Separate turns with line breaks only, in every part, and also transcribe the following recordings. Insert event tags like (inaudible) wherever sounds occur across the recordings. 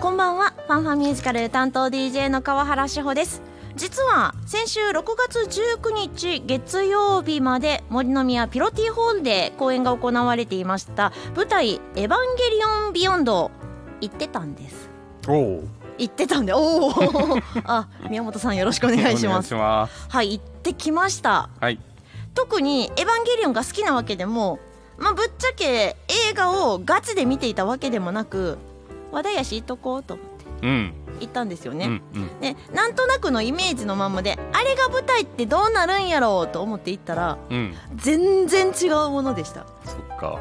ファンファミュージカル担当 DJ の川原志保です実は先週6月19日月曜日まで森の宮ピロティホールで公演が行われていました舞台「エヴァンゲリオンビヨンド」行ってたんです
おお
行ってたんでおお (laughs) あ宮本さんよろしくお願いします
ます
はい行ってきました
はい
特に「エヴァンゲリオン」が好きなわけでも、まあ、ぶっちゃけ映画をガチで見ていたわけでもなく和田屋市行っとこうと思って
うん
行ったんですよね、
うんうん
ね、なんとなくのイメージのまんまであれが舞台ってどうなるんやろうと思って行ったら
うん
全然違うものでした
そっか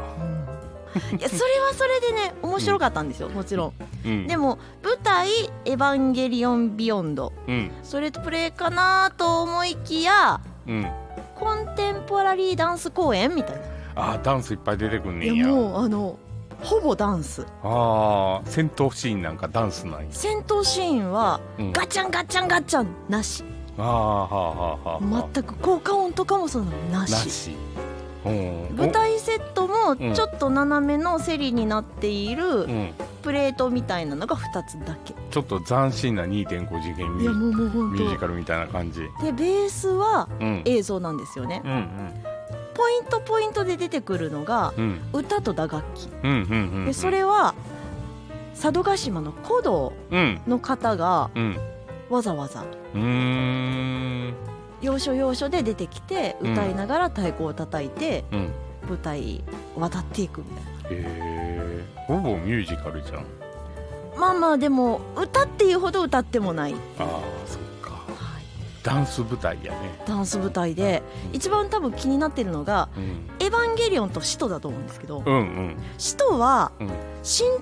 い
(laughs)
やそれはそれでね面白かったんですよもちろん
うん
でも舞台「エヴァンゲリオン・ビヨンド
うん」
それとプレイかなと思いきや
うん
コンテンポラリーダンス公演みたいな
あーダンスいっぱい出てくんね
い
ん
や
や
もうあのほぼダンス
あー戦闘シーンなんかダンスない
戦闘シーンは
うん
ガチャンガチャンガチャンなし
あーはあはあはあは
全く効果音とかもそんなのな
あ
し
なしうん
舞台セットも
うん
ちょっと斜めのセリになってい
おう
る
ん
プレートみたいなのが2つだけ
ちょっと斬新な2.5次元ミ
いや
ュ
もうもう本
ミュージ
当
カルみたいな感じ
でベースは
うん
映像なんですよね
うんうん
ポイントポイントで出てくるのが
うん
歌と打楽器
うんうんうんうん
でそれは佐渡島の古道
うん
の方が
うん
わざわざ
うーん
要所要所で出てきて
うん
歌いながら太鼓を叩いて
うん
舞台渡っていくみたいな
へえほぼミュージカルじゃん
まあまあでも歌っていうほど歌ってもない、
ああそっかダンス舞台やね
ダンス舞台で一番多分気になってるのが
うん
「エヴァンゲリオン」と「使徒」だと思うんですけど
うん
使徒は
うん
身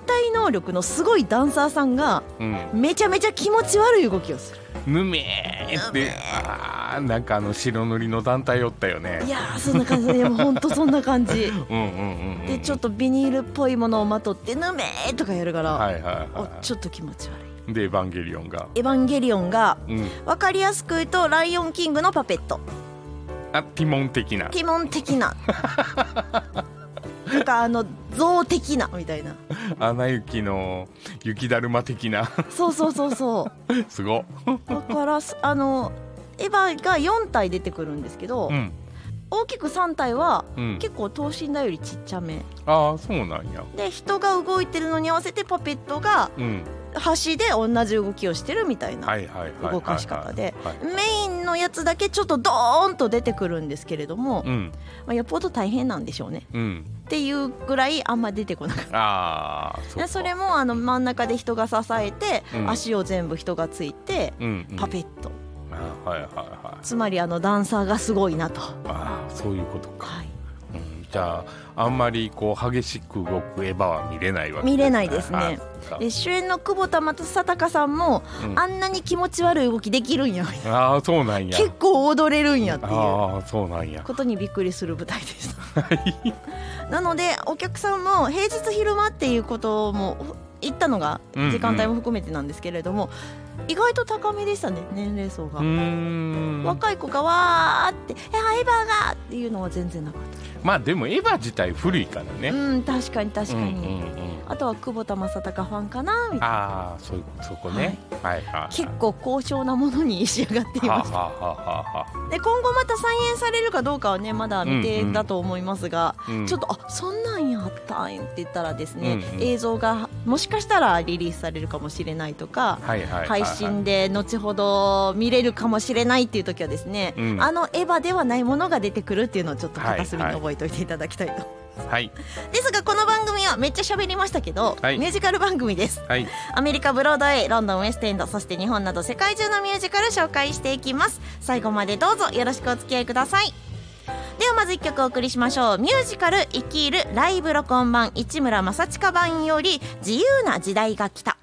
体能力のすごいダンサーさんが
うん
めちゃめちゃ気持ち悪い動きをする
うんぬめーってあーなんかあの白塗りの団体おったよね
いやーそんな感じ
(laughs)
でもうほんとそんな感じ
うんうんうんうん
でちょっ
と
とビニールっぽいものをまとって「ぬめー」とかやるから、
はいはい
お
は
ちょっと気持ち悪い
いでエヴァンゲリオンが
「エヴァンゲリオン」が
うん
分かりやすく言うと「ライオンキング」のパペット
あティモン的な
ティモン的
(laughs)
なとかあの象的なみたいな
アナ雪の雪だるま
(laughs)
的な
そうそうそうそう
すごっ
だからすあのエヴァが4体出てくるんですけど、
うん
大きく3体は
うん
結構等身大よりちっちゃめ
ああそうなんや
で人が動いてるのに合わせてパペットが
うん
端で同じ動きをしてるみたいな、
はいはいはいはいはい
動かし方で
はい
メインのやつだけちょっとドーンと出てくるんですけれども、
うん
まあ、よっぽど大変なんでしょうね
うん
っていうぐらいあんま出てこなかった。
ああそっ
で
か
それもあの真ん中で人が支えて、
うん
足を全部人がついて、
うんうん
パペット
あーはいはいはい
つまりあのダンサーがすごいなと。
ああそういうことか
はい
うんじゃああんまりこう激しく動くエヴァは見れないわけ
見れないですね
あそっか
で主演の久保田正孝さんも、
うん
あんなに気持ち悪い動きできるんやみたい
ああそうなん
な
や
結構踊れるんやっていうこ
ああそうなんや
とにびっくりする舞台でした (laughs) なのでお客さんも平日昼間っていうことも言ったのが
うんうん
時間帯も含めてなんですけれども、意外と高めでしたね年齢層が、
うーん
若い子がわーって「えあエヴァが!」っていうのは全然なかっ
まあでもエヴァ自体古いから
た、
ね
うん確かに確かに、
うんうんうん
あとは久保田正孝ファンかなみたいな
ああそういうことそこねはいはいはい
結構高尚なものに仕上がってい
は
ま
あ
す
はあはあはあ
で今後また再演されるかどうかはねまだ未定だと思いますが、
うん
ちょっとあそんなんやったんやって言ったらですね、
うんうん
映像がもしかしたらリリースされるかもしれないとか、
はいはいはいはい
配信で後ほど見れるかもしれないっていう時はですね、
うん
あのエヴァではないものが出てくるっていうのをちょっと片隅に
はいは
覚
い
えておいていただきたいと、
はい
ですがこの番組はめっちゃ喋りましたけど、
はい
ミュージカル番組です
はい
アメリカブロードウェイロンドンウェストエンドそして日本など世界中のミュージカル紹介していきます最後までどうぞよろしくお付き合いくださいではまず1曲お送りしましょうミュージカル「生きる」ライブ録音版市村正親版より「自由な時代が来た」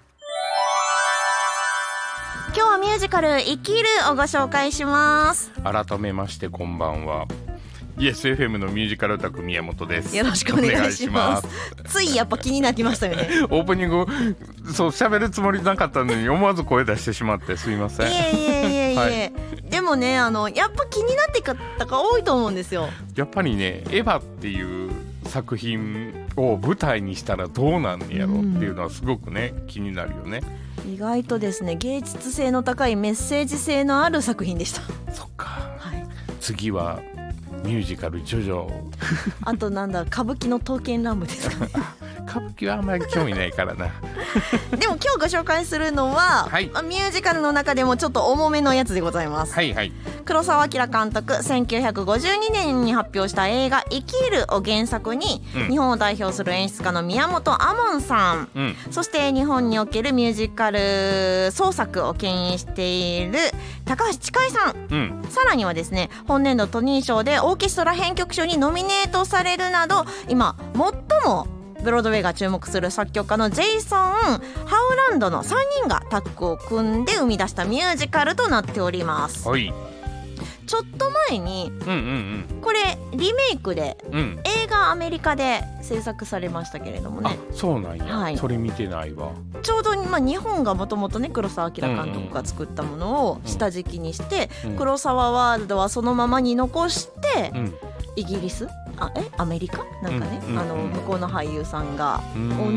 今日はミュージカル「生きる」をご紹介します
改めましてこんばんはイエス FM のミュージカルタク宮本です
よろしくお願いします
お願いし
ついやっぱ気になりましたよね
ます (laughs) オープニングそう喋るつもりなかったのに思わず声出してしまってすいま
い
せん
えいえいえいえ、
は
でもねあのやっぱ気になって方が多いと思うんですよ
やっぱりねエヴァっていう作品を舞台にしたらどうなんやろっていうのはすごくね気になるよね。
意外とですね芸術性の高いメッセージ性のある作品で
(laughs)
した。
そっか
はい、
次はミュージカル「ジョジョ」
あとなんだ歌舞伎の刀剣乱舞ですか
(laughs)
ね。
歌舞伎はあんまり興味ないから
(laughs)
な
でも今日ご紹介するのは、
はい
あミュージカルの中でもちょっと重めのやつでございます。
はいはい
黒澤明監督1952年に発表した映画「生きる」を原作に、
うん
日本を代表する演出家の宮本亞門さん
うん
そして日本におけるミュージカル創作を牽引している高橋千佳恵さん
うん
さらにはですね本年度トニー賞でオーケストラ編曲賞にノミネートされるなど今最もブロードウェイが注目する作曲家のジェイソン・ハウランドの3人がタッグを組んで生み出したミュージカルとなっております。
はい
ちょっと前に
うんうん
これリメイクで
うんうん
映画アメリカで制作されましたけれども
あ
ね
そうなんや、
はい
それ見てないわ
ちょうど、まあ、日本がもともとね黒澤明監督が作ったものを下敷きにして、
うん
黒澤ワールドはそのままに残して、
うん
イギリスあえアメリカなんかね、
うんうん
あの
うん
向こうの俳優さんが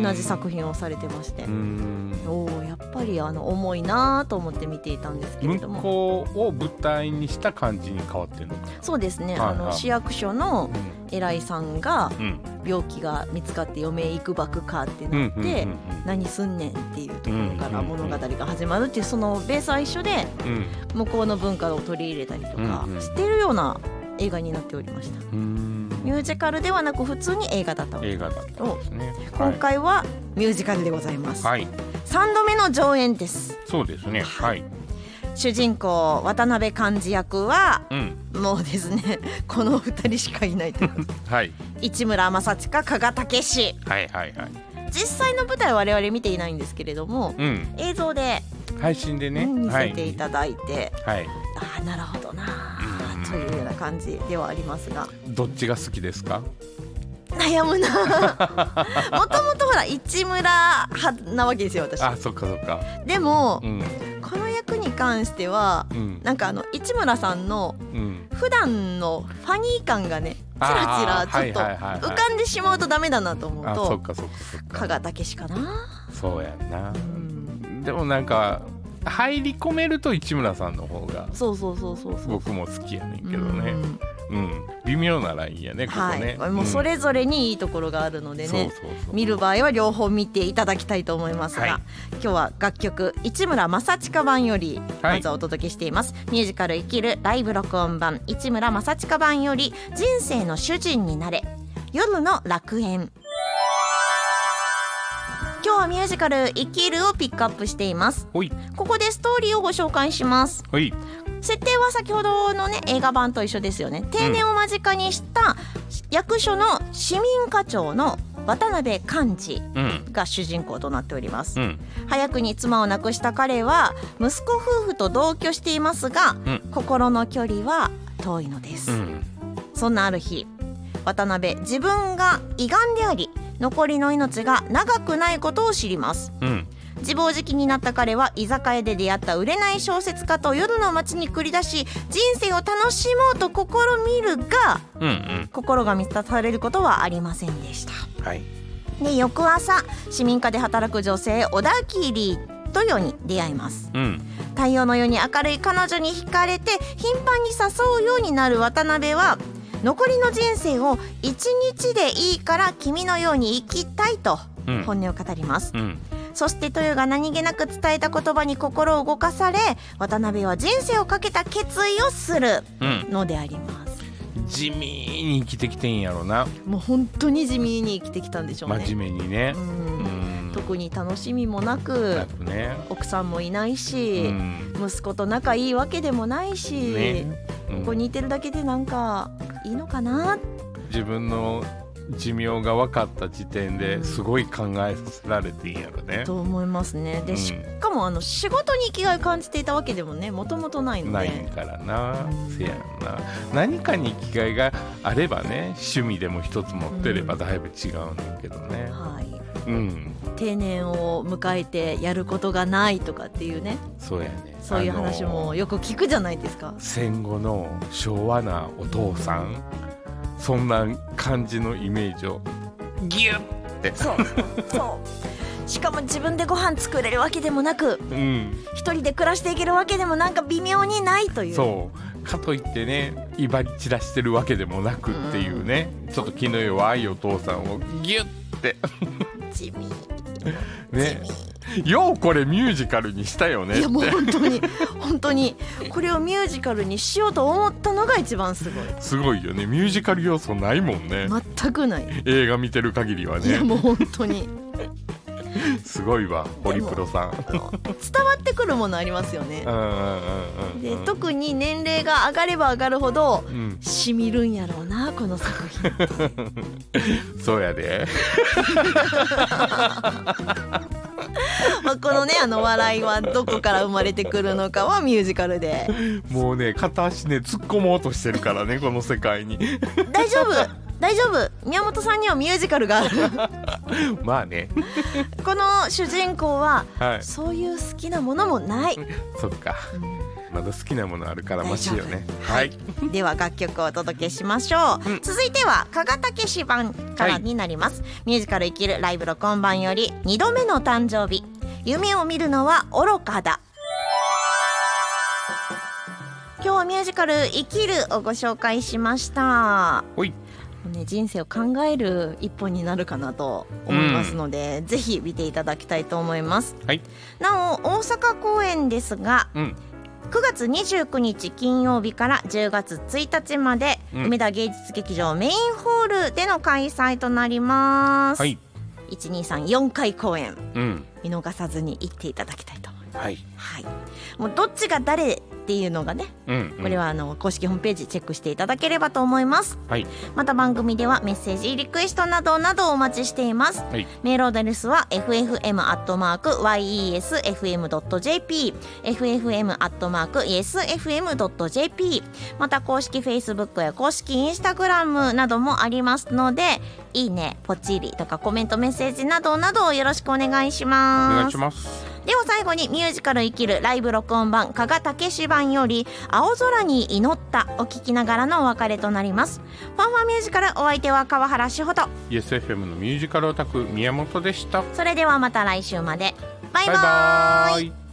同じ作品をされてまして
う。ん
おーやっぱりあの重いなと思って見ていたんですけれ
向
ども
こうを舞台にした感じに変わってんのか
そうですね、
はいはい
あの市役所の
な
偉いさんが
うんうん
病気が見つかって余命いくばくかって
うん
なって、
うんうん
何すんねんっていうところから
うんうんう
物
ん
語が始まるっていうそのベースは一緒で
うん
向こうの文化を取り入れたりとか
うんうん
してるような映画になっておりました
うん
ミュージカルではなく普通に映画だったわけ
映画だったんですね
今回はミュージカルでございます、
はい、はい、
3度目の上演です
そうですねはい
主人公渡辺幹事役は
うん
もうですね (laughs) この2人しかいないということ
はい
市村正親加賀武史
はいはいはい
実際の舞台は我々見ていないんですけれども
うん
映像で
配信でね
うん見
は
せていただいて、
はい
ああなるほどな
うん
あというような感じではありますが
どっちが好きですか
悩
(laughs)
むなもともとほら市村派なわけですよ私
あそっかそっか
でも
う、ん
この役に関しては
うん
なんかあの市村さんの
うん
普段のファニー感がねちら
あー
ちらちょっと
はいはいはいはい
浮かんでしまうとダメだなと思う
あそっ
と
かそっかそっか
加賀武しかな
そうやんな
うん
でもなんか入り込めると市村さんの方が
そうそうそうそうそう
僕も好きやねんけど
う
ね
ん
うん、微妙なラインやねここね、
はいもうそれぞれにいいところがあるの
うん
でね、
そうそうそう
見る場合は両方見ていただきたいと思いますが、
はい
今日は楽曲市村正親版より
はい
まずはお届けしています、ミュージカル生きるライブ録音版市村正親版より人生の主人になれ夜の楽園今日はミュージカル生きるをピックアップしています
ほい
ここでストーリーをご紹介します
ほい
設定は先ほどのね映画版と一緒ですよね定年を間近にした役所の市民課長の渡辺幹事
うん
が主人公となっております、
うん
早くに妻を亡くした彼は息子夫婦と同居していますが、
ん
心の距離は遠いのです、
うん
そんなある日渡辺自分が胃がんであり残りの命が長くないことを知ります
うん
自暴自棄になった彼は居酒屋で出会った売れない小説家と夜の街に繰り出し人生を楽しもうと試みるが
うんうん
心が満たされることはありませんでした
はい
で翌朝市民課で働く女性小田切とよに出会います
うん
太陽のように明るい彼女に惹かれて頻繁に誘うようになる渡辺は残りの人生を一日でいいから君のように生きたいと
うん
本音を語ります
うん
そして豊が何気なく伝えた言葉に心を動かされ渡辺は人生をかけた決意をする
うん
のであります
地味に生きてきてんやろな
もう本当に地味に生きてきたんでしょうね
真面目にね
うん
うん
特に楽しみもなく
なくね
奥さんもいないうし、
ん
息子と仲いいわけでもないし、
ねう
こ
ん
こにいてるだけでなんかいいのかな
自分の寿命が分かった時点ですごい考えさせられていいんやろね。
と思いますねで、
うん
しかもあの仕事に生きがいを感じていたわけでもねもともとないので
ないからな、せやんな何かに生きがいがあればね趣味でも一つ持ってればだいぶ違うんだけどね
はい、
うん
定年を迎えてやることがないとかっていうね
そうやね
そういう話
あ
も
の
よく聞くじゃないですか。
戦後の昭和なお父さんそんな感じのイメージをギュッて
そうそうしかも自分でご飯作れるわけでもなく
うん
一人で暮らしていけるわけでもなんか微妙にないという
そうかといってね威張り散らしてるわけでもなくっていうねちょっと気の弱いお父さんをギュッて
地味
ねようこれミュージカルにしたよね
いやもう本当に本当にこれをミュージカルにしようと思ったのが一番すごい
すごいよねミュージカル要素ないもんね
全くない、
映画見てる限りはいね
(laughs) やもう本当に
すごいわホリプロさん
あの伝わってくるものありますよね
うんうんうんうん
で特に年齢が上がれば上がるほど
うん
しみるんやろうなこの作品 (laughs)
そうやで
まあこのねあの笑いはどこから生まれてくるのかはミュージカルで
もうね片足ね突っ込もうとしてるからねこの世界に (laughs)
大丈夫大丈夫宮本さんにはミュージカルがある
まあね
この主人公は
はい
そういう好きなものもない
そっかまだ好きなものあるからマシよねはい
では楽曲をお届けしましょう、
うん
続いては加賀武史版から
はい
になります、ミュージカル生きるライブ録音版より2度目の誕生日夢を見るのは愚かだ今日はミュージカル生きるをご紹介しました
ほい
ね、人生を考える一本になるかなと思いますので、ぜひ見ていただきたいと思います
はい
なお大阪公演ですが
うん
9月29日金曜日から10月1日まで、
うん
梅田芸術劇場メインホールでの開催となります、
はい
1234回公演
うん
見逃さずに行っていただきたいと思います
はい
はい、もうどっちが誰っていうのがね
うん
これはあの公式ホームページチェックしていただければと思います
はい
また番組ではメッセージリクエストなどなどお待ちしています
はい
メールアドレスは ffm.yesfm.jp ffm.yesfm.jp また公式 Facebook や公式 Instagram などもありますのでいいねポチリとかコメントメッセージなどなどよろしくお願いし
お
ます
願いします
では最後にミュージカル生きるライブ録音版加賀武史版より青空に祈ったを聞きながらのお別れとなりますファンファンミュージカルお相手は川原志穂と
YesFM のミュージカルオタク宮本でした
それではまた来週までバイバ
バ
イ
イバーイ